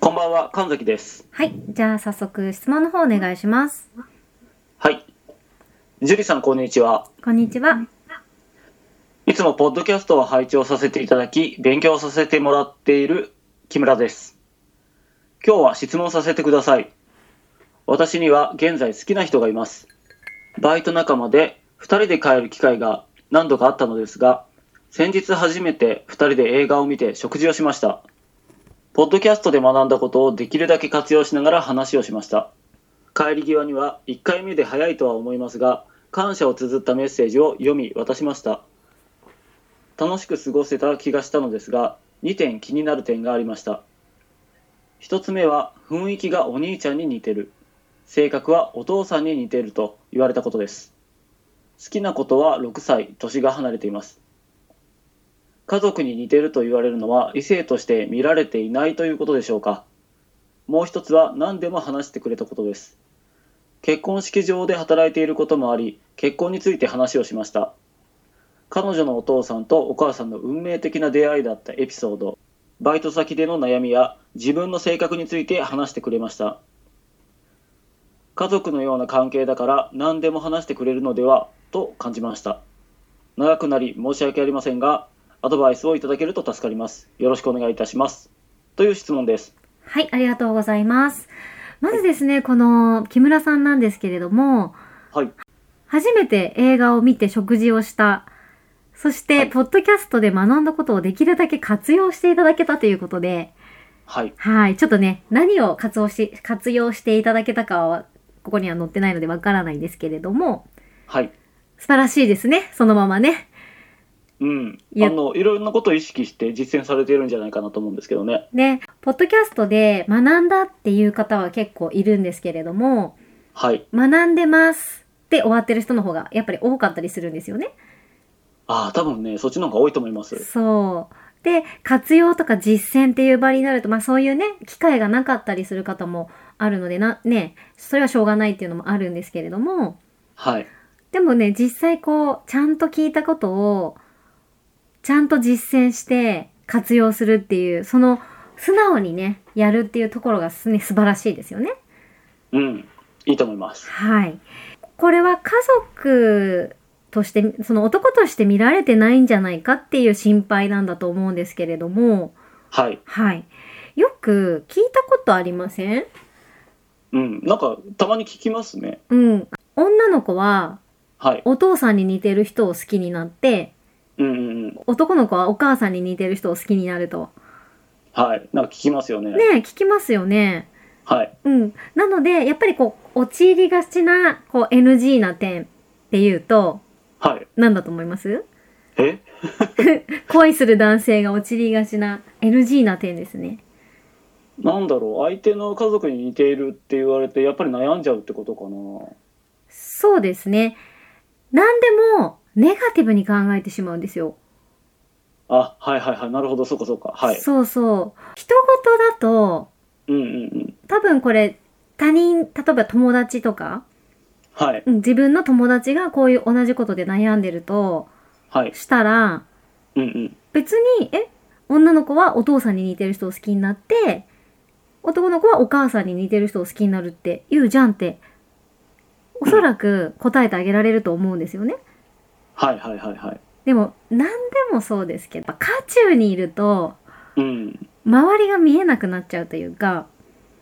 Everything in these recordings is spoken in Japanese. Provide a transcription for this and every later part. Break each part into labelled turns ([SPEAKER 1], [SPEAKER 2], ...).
[SPEAKER 1] こんばんは、神崎です。
[SPEAKER 2] はい、じゃあ早速質問の方お願いします。
[SPEAKER 1] はい。ジュリさん、こんにちは。
[SPEAKER 2] こんにちは。
[SPEAKER 1] いつもポッドキャストを拝聴させていただき、勉強させてもらっている木村です。今日は質問させてください。私には現在好きな人がいます。バイト仲間で2人で帰る機会が何度かあったのですが、先日初めて2人で映画を見て食事をしました。ポッドキャストで学んだことをできるだけ活用しながら話をしました。帰り際には1回目で早いとは思いますが、感謝を綴ったメッセージを読み渡しました。楽しく過ごせた気がしたのですが2点気になる点がありました1つ目は雰囲気がお兄ちゃんに似てる性格はお父さんに似てると言われたことです好きなことは6歳年が離れています家族に似てると言われるのは異性として見られていないということでしょうかもう一つは何でも話してくれたことです結婚式場で働いていることもあり結婚について話をしました彼女のお父さんとお母さんの運命的な出会いだったエピソードバイト先での悩みや自分の性格について話してくれました家族のような関係だから何でも話してくれるのではと感じました長くなり申し訳ありませんがアドバイスをいただけると助かりますよろしくお願いいたしますという質問です
[SPEAKER 2] はい、ありがとうございます。まずですね、この木村さんなんですけれども、
[SPEAKER 1] はい
[SPEAKER 2] 初めて映画を見て食事をした。そして、
[SPEAKER 1] はい
[SPEAKER 2] ポッドキャストで学んだことをできるだけ活用していただけたということで、
[SPEAKER 1] はい
[SPEAKER 2] はい、ちょっとね、何を活用し、活用していただけたかは、ここには載ってないのでわからないんですけれども、
[SPEAKER 1] はい
[SPEAKER 2] 素晴らしいですね、そのままね。
[SPEAKER 1] うん
[SPEAKER 2] い
[SPEAKER 1] あ
[SPEAKER 2] や
[SPEAKER 1] のいろんなことを意識して実践されているんじゃないかなと思うんですけどね
[SPEAKER 2] ね、ポッドキャストで学んだっていう方は結構いるんですけれども、
[SPEAKER 1] はい
[SPEAKER 2] 学んでますって終わってる人の方がやっぱり多かったりするんですよね。
[SPEAKER 1] ああ多分ねそっちの方が多いと思います
[SPEAKER 2] そう。で、活用とか実践っていう場になると、まあそういうね、機会がなかったりする方もあるので、な、ね、それはしょうがないっていうのもあるんですけれども、
[SPEAKER 1] はい
[SPEAKER 2] でもね、実際こう、ちゃんと聞いたことを、ちゃんと実践して活用するっていう、その素直にね、やるっていうところがすね、素晴らしいですよね。
[SPEAKER 1] うん、いいと思います。
[SPEAKER 2] はい。これは家族として、その男として見られてないんじゃないかっていう心配なんだと思うんですけれども、
[SPEAKER 1] はい。
[SPEAKER 2] はい。よく聞いたことありません
[SPEAKER 1] うん、なんか、たまに聞きますね。
[SPEAKER 2] うん。女の子は
[SPEAKER 1] はい。
[SPEAKER 2] お父さんに似てる人を好きになって、
[SPEAKER 1] うんうんうん。
[SPEAKER 2] 男の子はお母さんに似てる人を好きになると。
[SPEAKER 1] はい。なんか聞きますよね。
[SPEAKER 2] ねえ、聞きますよね。
[SPEAKER 1] はい。
[SPEAKER 2] うん。なので、やっぱりこう、陥りがちな、こう、NG な点っていうと、
[SPEAKER 1] はい。
[SPEAKER 2] 何だと思います
[SPEAKER 1] え
[SPEAKER 2] 恋する男性が陥りがちな NG な点ですね。
[SPEAKER 1] なんだろう。相手の家族に似ているって言われて、やっぱり悩んじゃうってことかな。
[SPEAKER 2] そうですね。何でもネガティブに考えてしまうんですよ。
[SPEAKER 1] あ、はいはいはい。なるほど。そうかそうか。はい。
[SPEAKER 2] そうそう。人事だと、
[SPEAKER 1] うんうんうん。
[SPEAKER 2] 多分これ他人、例えば友達とか
[SPEAKER 1] はい。
[SPEAKER 2] うん自分の友達がこういう同じことで悩んでると
[SPEAKER 1] はい。
[SPEAKER 2] したら、
[SPEAKER 1] うんうん。
[SPEAKER 2] 別に、え女の子はお父さんに似てる人を好きになって、男の子はお母さんに似てる人を好きになるって言うじゃんって、おそらく答えてあげられると思うんですよね。
[SPEAKER 1] はいはいはいはい。
[SPEAKER 2] でも、何でもそうですけど、やっぱ渦中にいると、
[SPEAKER 1] うん。
[SPEAKER 2] 周りが見えなくなっちゃうというか、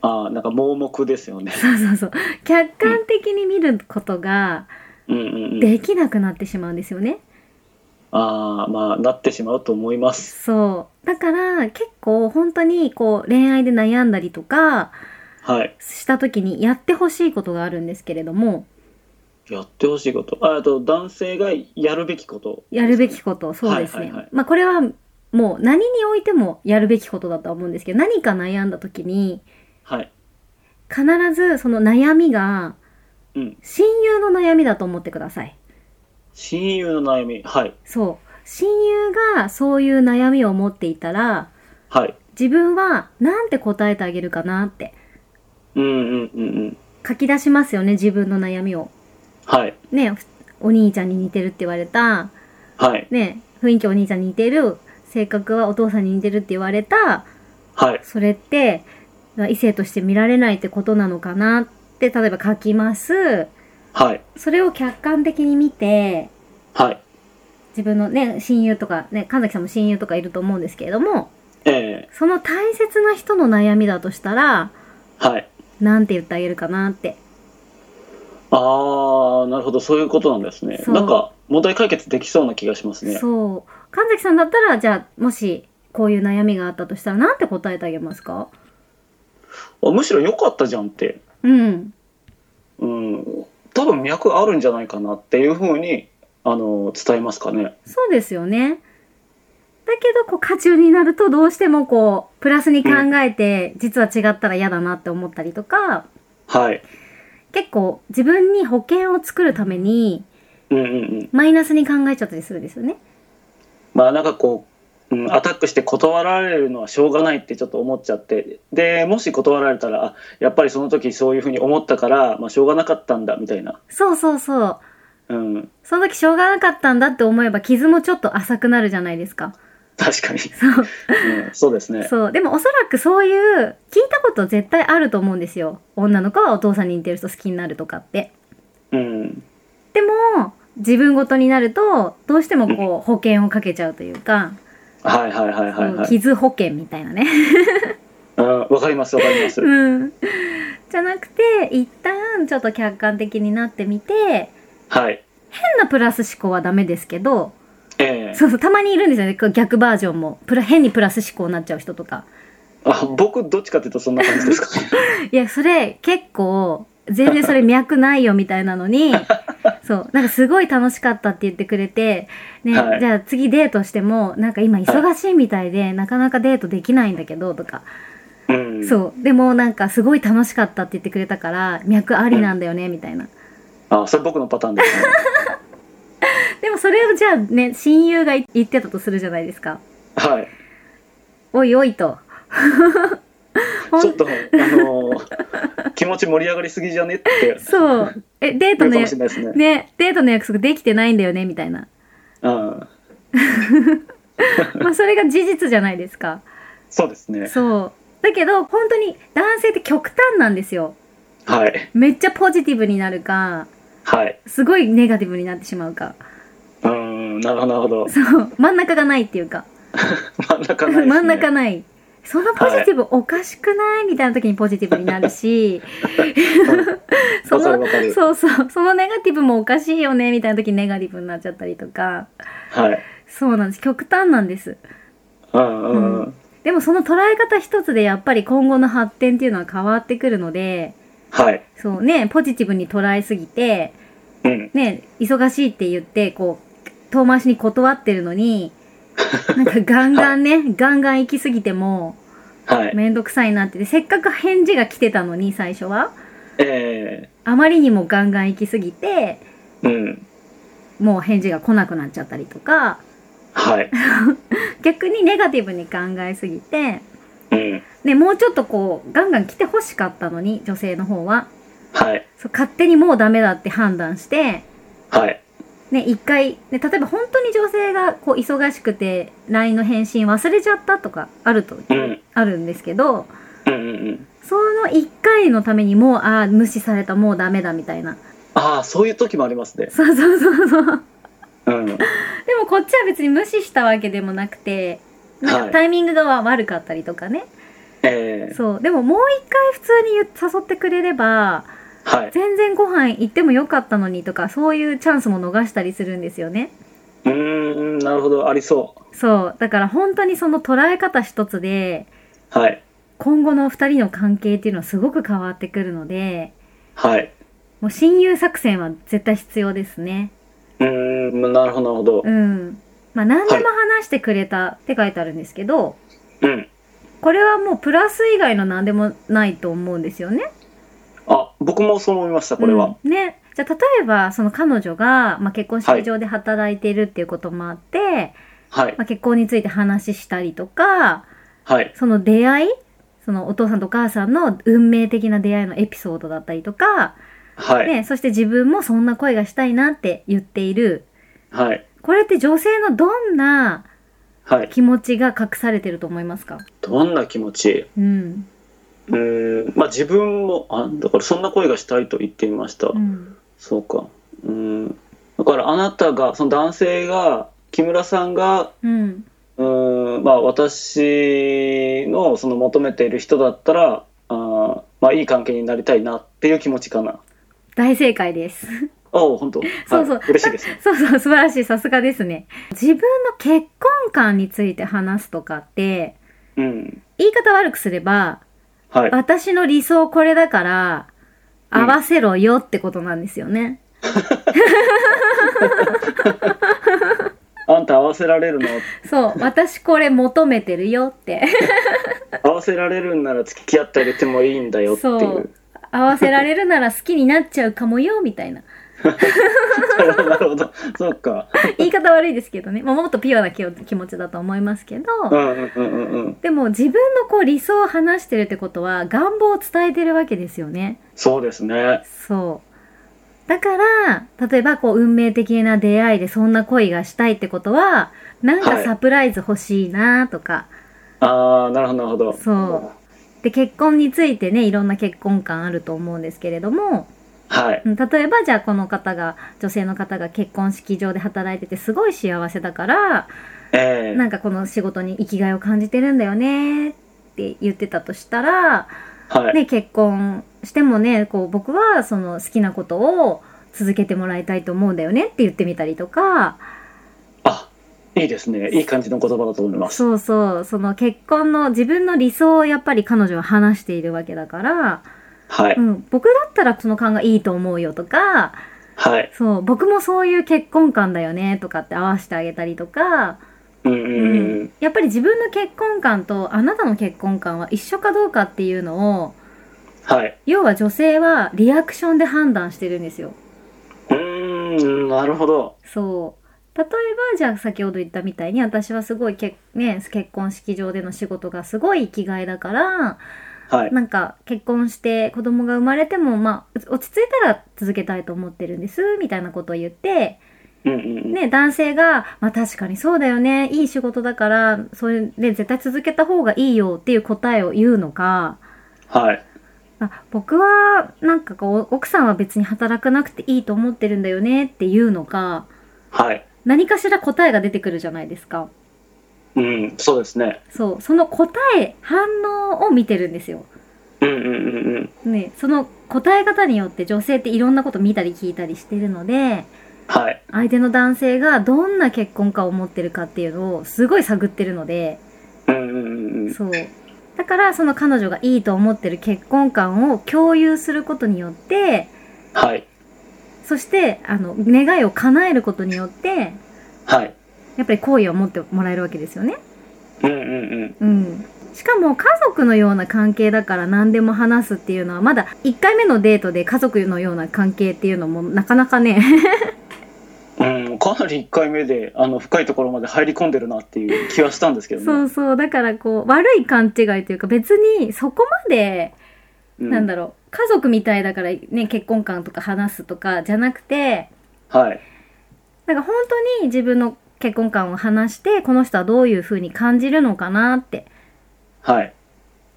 [SPEAKER 1] ああ、なんか盲目ですよね。
[SPEAKER 2] そうそうそう、客観的に見ることが
[SPEAKER 1] うんうんうん。
[SPEAKER 2] できなくなってしまうんですよね。
[SPEAKER 1] ああ、まあ、なってしまうと思います。
[SPEAKER 2] そう。だから、結構本当にこう、恋愛で悩んだりとか、
[SPEAKER 1] はい。
[SPEAKER 2] した時にやってほしいことがあるんですけれども、
[SPEAKER 1] やってほしいこと。ああと、男性がやるべきこと。
[SPEAKER 2] やるべきこと、そうですね。
[SPEAKER 1] はいはいはい
[SPEAKER 2] まあこれはもう何においてもやるべきことだとは思うんですけど、何か悩んだ時に、
[SPEAKER 1] はい。
[SPEAKER 2] 必ずその悩みが
[SPEAKER 1] うん。
[SPEAKER 2] 親友の悩みだと思ってください。
[SPEAKER 1] 親友の悩み。はい。
[SPEAKER 2] そう。親友がそういう悩みを持っていたら、
[SPEAKER 1] はい。
[SPEAKER 2] 自分はなんて答えてあげるかなって
[SPEAKER 1] うんうんうんうん。
[SPEAKER 2] 書き出しますよね、自分の悩みを。
[SPEAKER 1] はい。
[SPEAKER 2] ね、ふお兄ちゃんに似てるって言われた、
[SPEAKER 1] はい。
[SPEAKER 2] ね、雰囲気お兄ちゃんに似てる、性格はお父さんに似てるって言われた、
[SPEAKER 1] はい。
[SPEAKER 2] それって、異性として見られないってことなのかなって、例えば書きます。
[SPEAKER 1] はい。
[SPEAKER 2] それを客観的に見て、
[SPEAKER 1] はい。
[SPEAKER 2] 自分のね、親友とか、ね、神崎さんも親友とかいると思うんですけれども、
[SPEAKER 1] ええ
[SPEAKER 2] その大切な人の悩みだとしたら、
[SPEAKER 1] はい。
[SPEAKER 2] なんて言ってあげるかなって。
[SPEAKER 1] ああ、なるほど。そういうことなんですね。
[SPEAKER 2] そう
[SPEAKER 1] なんか、問題解決できそうな気がしますね。
[SPEAKER 2] そう。神崎さんだったら、じゃあ、もし、こういう悩みがあったとしたら、なんて答えてあげますか
[SPEAKER 1] あむしろ良かったじゃんって。
[SPEAKER 2] うん。
[SPEAKER 1] うん。多分脈あるんじゃないかなっていうふうに、あの、伝えますかね。
[SPEAKER 2] そうですよね。だけど、こう、渦中になると、どうしても、こう、プラスに考えて、実は違ったら嫌だなって思ったりとか、
[SPEAKER 1] はい。
[SPEAKER 2] 結構、自分に保険を作るために、
[SPEAKER 1] うんうんうん。
[SPEAKER 2] マイナスに考えちゃったりするんですよね。
[SPEAKER 1] まあなんかこう、うん、アタックして断られるのはしょうがないってちょっと思っちゃって。で、もし断られたら、あやっぱりその時そういうふうに思ったから、まあしょうがなかったんだ、みたいな。
[SPEAKER 2] そうそうそう。
[SPEAKER 1] うん。
[SPEAKER 2] その時、しょうがなかったんだって思えば、傷もちょっと浅くなるじゃないですか。
[SPEAKER 1] 確かに。
[SPEAKER 2] そう。
[SPEAKER 1] うん、そうですね。
[SPEAKER 2] そう。でもおそらくそういう、聞いたこと絶対あると思うんですよ。女の子はお父さんに似てる人好きになるとかって。
[SPEAKER 1] うん。
[SPEAKER 2] でも、自分ごとになると、どうしてもこう、保険をかけちゃうというか、
[SPEAKER 1] はいはいはいはい
[SPEAKER 2] こう
[SPEAKER 1] はい。
[SPEAKER 2] 傷保険みたいなね。
[SPEAKER 1] うん、わかりますわかります。
[SPEAKER 2] うん。じゃなくて、一旦ちょっと客観的になってみて、
[SPEAKER 1] はい。
[SPEAKER 2] 変なプラス思考はダメですけど、
[SPEAKER 1] ええ
[SPEAKER 2] そうそう、たまにいるんですよね。こう逆バージョンも。プラ変にプラス思考になっちゃう人とか。
[SPEAKER 1] あ、僕どっちかっていうとそんな感じですかね。
[SPEAKER 2] いや、それ、結構、全然それ脈ないよみたいなの に、そう、なんかすごい楽しかったって言ってくれて、ね、
[SPEAKER 1] はい
[SPEAKER 2] じゃあ次デートしても、なんか今忙しいみたいで、なかなかデートできないんだけど、とか、
[SPEAKER 1] うん。
[SPEAKER 2] そう、でもなんかすごい楽しかったって言ってくれたから、脈ありなんだよね、みたいな。
[SPEAKER 1] あ、それ僕のパターンですね。
[SPEAKER 2] でもそれをじゃあね、親友が言ってたとするじゃないですか。
[SPEAKER 1] はい。
[SPEAKER 2] おいおい と。ほん
[SPEAKER 1] ちょっと、あのー気持ち盛り上がりすぎじゃねって
[SPEAKER 2] そう。え、デートの
[SPEAKER 1] 言うかも
[SPEAKER 2] や
[SPEAKER 1] しれ、ないですね。
[SPEAKER 2] ね、デートの約束できてないんだよね、みたいな。
[SPEAKER 1] うん。
[SPEAKER 2] まあそれが事実じゃないですか。
[SPEAKER 1] そうですね。
[SPEAKER 2] そう。だけど、本当に男性って極端なんですよ。
[SPEAKER 1] はい。
[SPEAKER 2] めっちゃポジティブになるか、
[SPEAKER 1] はい。
[SPEAKER 2] すごいネガティブになってしまうか。
[SPEAKER 1] うん、なるほど、なるほど。
[SPEAKER 2] そう。真ん中がないっていうか。
[SPEAKER 1] 真ん中ないで す、ね。
[SPEAKER 2] 真ん中ない。そのポジティブおかしくない、みたいな時にポジティブになるし、そ
[SPEAKER 1] わかる
[SPEAKER 2] の、
[SPEAKER 1] わかる。
[SPEAKER 2] そうそう、そのネガティブもおかしいよね、みたいな時にネガティブになっちゃったりとか。
[SPEAKER 1] はい。
[SPEAKER 2] そうなんです。極端なんです。
[SPEAKER 1] うんうんう。
[SPEAKER 2] うんでもその捉え方一つでやっぱり今後の発展っていうのは変わってくるので、
[SPEAKER 1] はい。
[SPEAKER 2] そうね、ポジティブに捉えすぎて、
[SPEAKER 1] うん。
[SPEAKER 2] ね、忙しいって言って、こう、遠回しに断ってるのに、なんかガンガンね、ガンガン行き過ぎても、
[SPEAKER 1] はい。
[SPEAKER 2] めんどくさいなって、せっかく返事が来てたのに、最初は。
[SPEAKER 1] え
[SPEAKER 2] あまりにもガンガン行き過ぎて、
[SPEAKER 1] えうん。
[SPEAKER 2] もう返事が来なくなっちゃったりとか、
[SPEAKER 1] はい。
[SPEAKER 2] 逆にネガティブに考えすぎて、
[SPEAKER 1] うん。
[SPEAKER 2] ね、もうちょっとこう、ガンガン来て欲しかったのに、女性の方は。
[SPEAKER 1] はい。
[SPEAKER 2] そう勝手にもうダメだって判断して、
[SPEAKER 1] はい。
[SPEAKER 2] ね、一回、ね、例えば本当に女性がこう忙しくて LINE の返信忘れちゃったとかあると、
[SPEAKER 1] うん。
[SPEAKER 2] あるんですけど、
[SPEAKER 1] うんうんうん。
[SPEAKER 2] その一回のためにもう、ああ、無視された、もうダメだみたいな。
[SPEAKER 1] ああ、そういう時もありますね。
[SPEAKER 2] そうそうそうそう。
[SPEAKER 1] うん。
[SPEAKER 2] でもこっちは別に無視したわけでもなくて、なん
[SPEAKER 1] は
[SPEAKER 2] か
[SPEAKER 1] い
[SPEAKER 2] タイミングが悪かったりとかね。
[SPEAKER 1] ええ
[SPEAKER 2] そう。でももう一回普通に言誘ってくれれば、
[SPEAKER 1] はい。
[SPEAKER 2] 全然ご飯行ってもよかったのにとか、そういうチャンスも逃したりするんですよね。
[SPEAKER 1] うーん、なるほど、ありそ
[SPEAKER 2] そう。だから本当にその捉え方一つで、
[SPEAKER 1] う。はい。
[SPEAKER 2] 今後の二人の関係っていうのはすごく変わってくるので、
[SPEAKER 1] はい。
[SPEAKER 2] もう親友作戦は絶対必要ですね。
[SPEAKER 1] うーん、なるほど、なるほど
[SPEAKER 2] う。ん。まあ何でも話してくれたって書いてあるんですけど、
[SPEAKER 1] うん。
[SPEAKER 2] これはもうプラス以外の何でもないと思うんですよね。
[SPEAKER 1] あ、僕もそう思いました、これは。
[SPEAKER 2] うんね。じゃあ例えばその彼女が、まあ、結婚式場で働いているっていうこともあって、
[SPEAKER 1] はい。
[SPEAKER 2] まあ、結婚について話したりとか、
[SPEAKER 1] はい。
[SPEAKER 2] その出会いそのお父さんとお母さんの運命的な出会いのエピソードだったりとか、
[SPEAKER 1] はい。
[SPEAKER 2] ね、そして自分もそんな恋がしたいなって言っている。
[SPEAKER 1] はい。
[SPEAKER 2] これって女性のどんな
[SPEAKER 1] はい。
[SPEAKER 2] 気持ちが隠されてると思いますか
[SPEAKER 1] どんな気持ち
[SPEAKER 2] うん。
[SPEAKER 1] うーん、まあ自分も、あ、だからそんな声がしたいと言っていました。
[SPEAKER 2] うん。
[SPEAKER 1] そうか。うーん。だからあなたが、その男性が、木村さんが、
[SPEAKER 2] うん。
[SPEAKER 1] うーん、まあ私のその求めている人だったら、あーまあいい関係になりたいなっていう気持ちかな。
[SPEAKER 2] 大正解です。
[SPEAKER 1] ああ、本当。はい
[SPEAKER 2] そうそう
[SPEAKER 1] 嬉しいですね。
[SPEAKER 2] そうそう、素晴らしい、さすがですね。自分の結婚観について話すとかって、
[SPEAKER 1] うん。
[SPEAKER 2] 言い方悪くすれば、
[SPEAKER 1] はい。
[SPEAKER 2] 私の理想これだから、
[SPEAKER 1] うん
[SPEAKER 2] 合わせろよってことなんですよね。
[SPEAKER 1] あんた合わせられるの、
[SPEAKER 2] そう、私これ求めてるよって。
[SPEAKER 1] 合わせられるんなら付き合ってあげてもいいんだよってい
[SPEAKER 2] そうう。合わせられるなら好きになっちゃうかもよ、みたいな。
[SPEAKER 1] なるほど。そうか。
[SPEAKER 2] 言い方悪いですけどね。まあ、もっとピュアな気を気持ちだと思いますけど、
[SPEAKER 1] うんうんうんうんうん。
[SPEAKER 2] でも自分のこう理想を話してるってことは、願望を伝えてるわけですよね。
[SPEAKER 1] そうですね。
[SPEAKER 2] そう。だから、例えばこう運命的な出会いでそんな恋がしたいってことは、なん
[SPEAKER 1] は
[SPEAKER 2] か
[SPEAKER 1] い
[SPEAKER 2] サプライズ欲しいなとか、
[SPEAKER 1] ああ、なるほど、なるほど。
[SPEAKER 2] そう。で、結婚についてね、いろんな結婚観あると思うんですけれども、
[SPEAKER 1] はい。
[SPEAKER 2] うん例えばじゃあこの方が、女性の方が結婚式場で働いててすごい幸せだから、
[SPEAKER 1] ええ
[SPEAKER 2] なんかこの仕事に生きがいを感じてるんだよねって言ってたとしたら、
[SPEAKER 1] はい。
[SPEAKER 2] ね、結婚してもね、こう僕はその好きなことを続けてもらいたいと思うんだよねって言ってみたりとか、
[SPEAKER 1] あ、いいですね。いい感じの言葉だと思います。
[SPEAKER 2] そうそう、その結婚の自分の理想をやっぱり彼女は話しているわけだから、。
[SPEAKER 1] はいう
[SPEAKER 2] ん、僕だったらその感がいいと思うよとか、
[SPEAKER 1] はい。
[SPEAKER 2] そう、僕もそういう結婚観だよねとかって合わせてあげたりとか、
[SPEAKER 1] うんうんうん。
[SPEAKER 2] やっぱり自分の結婚観とあなたの結婚観は一緒かどうかっていうのを、
[SPEAKER 1] はい。
[SPEAKER 2] 要は女性はリアクションで判断してるんですよ。
[SPEAKER 1] うーん、なるほど。
[SPEAKER 2] そう。例えば、じゃあ先ほど言ったみたいに、私はすごいけ、ね、結婚式場での仕事がすごい生きがいだから、
[SPEAKER 1] はい。
[SPEAKER 2] なんか結婚して子供が生まれても、まあ、落ち着いたら続けたいと思ってるんです、みたいなことを言って、
[SPEAKER 1] うんうんうん。
[SPEAKER 2] ね、男性が、まあ確かにそうだよね、いい仕事だから、それで絶対続けた方がいいよっていう答えを言うのか、
[SPEAKER 1] はい。
[SPEAKER 2] あ僕は、なんかこう、奥さんは別に働かなくていいと思ってるんだよねっていうのか、
[SPEAKER 1] はい。
[SPEAKER 2] 何かしら答えが出てくるじゃないですか。
[SPEAKER 1] うん、そうですね。
[SPEAKER 2] そう、その答え、反応を見てるんですよ。
[SPEAKER 1] うんうんうんうん。
[SPEAKER 2] ね、その答え方によって女性っていろんなこと見たり聞いたりしてるので、
[SPEAKER 1] はい。
[SPEAKER 2] 相手の男性がどんな結婚観を持ってるかっていうのをすごい探ってるので、
[SPEAKER 1] うんうんうんうん。
[SPEAKER 2] そう。だからその彼女がいいと思ってる結婚観を共有することによって、
[SPEAKER 1] はい。
[SPEAKER 2] そして、あの、願いを叶えることによって、
[SPEAKER 1] はい。
[SPEAKER 2] やっぱり好意を持ってもらえるわけですよね。
[SPEAKER 1] うんうんうん。
[SPEAKER 2] うん。しかも家族のような関係だから何でも話すっていうのはまだ1回目のデートで家族のような関係っていうのもなかなかね
[SPEAKER 1] うん、かなり1回目であの深いところまで入り込んでるなっていう気はしたんですけど
[SPEAKER 2] そ
[SPEAKER 1] ね。
[SPEAKER 2] うそうだからこう悪い勘違いというか別にそこまで
[SPEAKER 1] うん
[SPEAKER 2] なんだろう家族みたいだからね結婚観とか話すとかじゃなくて
[SPEAKER 1] はい。
[SPEAKER 2] なんか本当に自分の結婚観を話してこの人はどういう風に感じるのかなって
[SPEAKER 1] はい。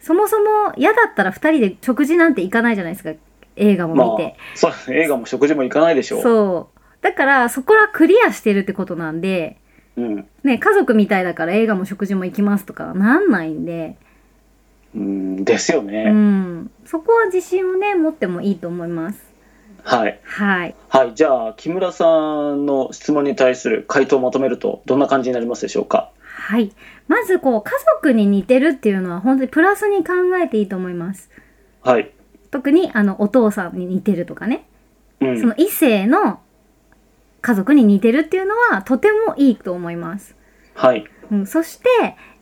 [SPEAKER 2] そもそも嫌だったら2人で食事なんて行かないじゃないですか映画
[SPEAKER 1] まあ
[SPEAKER 2] も見て、、
[SPEAKER 1] そうですね映画も食事も行かないでしょう。
[SPEAKER 2] そうだからそこらクリアしてるってことなんで
[SPEAKER 1] うん。
[SPEAKER 2] ね家族みたいだから映画も食事も行きますとかはなんないんで、
[SPEAKER 1] うん、ですよ
[SPEAKER 2] う
[SPEAKER 1] ね。
[SPEAKER 2] んそこは自信をね持ってもいいと思います
[SPEAKER 1] はい。
[SPEAKER 2] はい
[SPEAKER 1] はい。じゃあ、木村さんの質問に対する回答をまとめると、どんな感じになりますでしょうか
[SPEAKER 2] はいまずこう家族に似てるっていうのは本当にプラスに考えていいと思います
[SPEAKER 1] はい。
[SPEAKER 2] 特にあのお父さんに似てるとかね
[SPEAKER 1] う
[SPEAKER 2] そ
[SPEAKER 1] ん。
[SPEAKER 2] の異性の家族に似てるっていうのはとてもいいと思います。
[SPEAKER 1] はい。
[SPEAKER 2] うん、そして、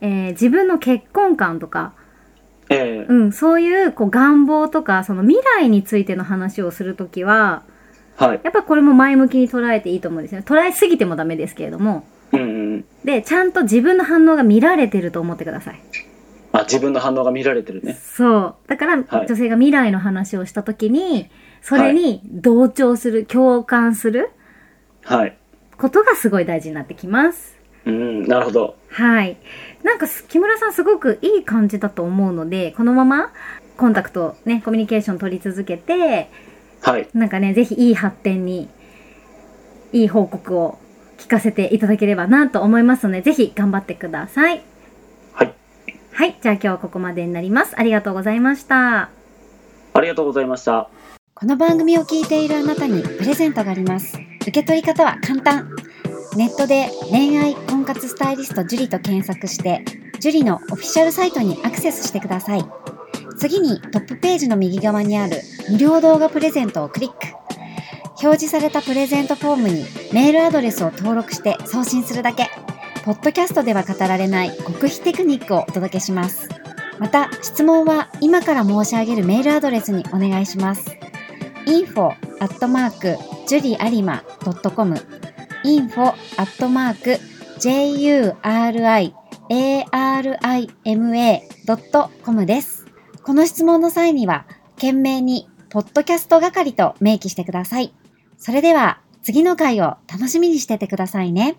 [SPEAKER 2] えー自分の結婚観とか、
[SPEAKER 1] えー
[SPEAKER 2] うん、そういうこう願望とかその未来についての話をするときは
[SPEAKER 1] はい。
[SPEAKER 2] やっぱこれも前向きに捉えていいと思うんですよね捉えすぎてもダメですけれども
[SPEAKER 1] うんうん。
[SPEAKER 2] でちゃんと自分の反応が見られてると思ってください。
[SPEAKER 1] あ、自分の反応が見られてるね。
[SPEAKER 2] そうだから、
[SPEAKER 1] はい
[SPEAKER 2] 女性が未来の話をしたときにそれに同調する、共感する
[SPEAKER 1] はい。
[SPEAKER 2] ことがすごい大事になってきます。
[SPEAKER 1] うん、なるほど。
[SPEAKER 2] はい。なんかす、木村さんすごくいい感じだと思うので、このままコンタクト、ね、コミュニケーション取り続けて、
[SPEAKER 1] はい。
[SPEAKER 2] なんかね、ぜひいい発展に、いい報告を聞かせていただければなと思いますので、ぜひ頑張ってください。
[SPEAKER 1] はい。
[SPEAKER 2] はい。じゃあ今日はここまでになります。ありがとうございました。
[SPEAKER 1] ありがとうございました。
[SPEAKER 3] この番組を聞いているあなたにプレゼントがあります。受け取り方は簡単。ネットで恋愛婚活スタイリスト樹里と検索して、樹里のオフィシャルサイトにアクセスしてください。次にトップページの右側にある無料動画プレゼントをクリック。表示されたプレゼントフォームにメールアドレスを登録して送信するだけ。ポッドキャストでは語られない極秘テクニックをお届けします。また、質問は今から申し上げるメールアドレスにお願いします。info アットマーク juriarima.com info アットマーク juriarima.com です。この質問の際には、懸命に、ポッドキャスト係と明記してください。それでは、次の回を楽しみにしててくださいね。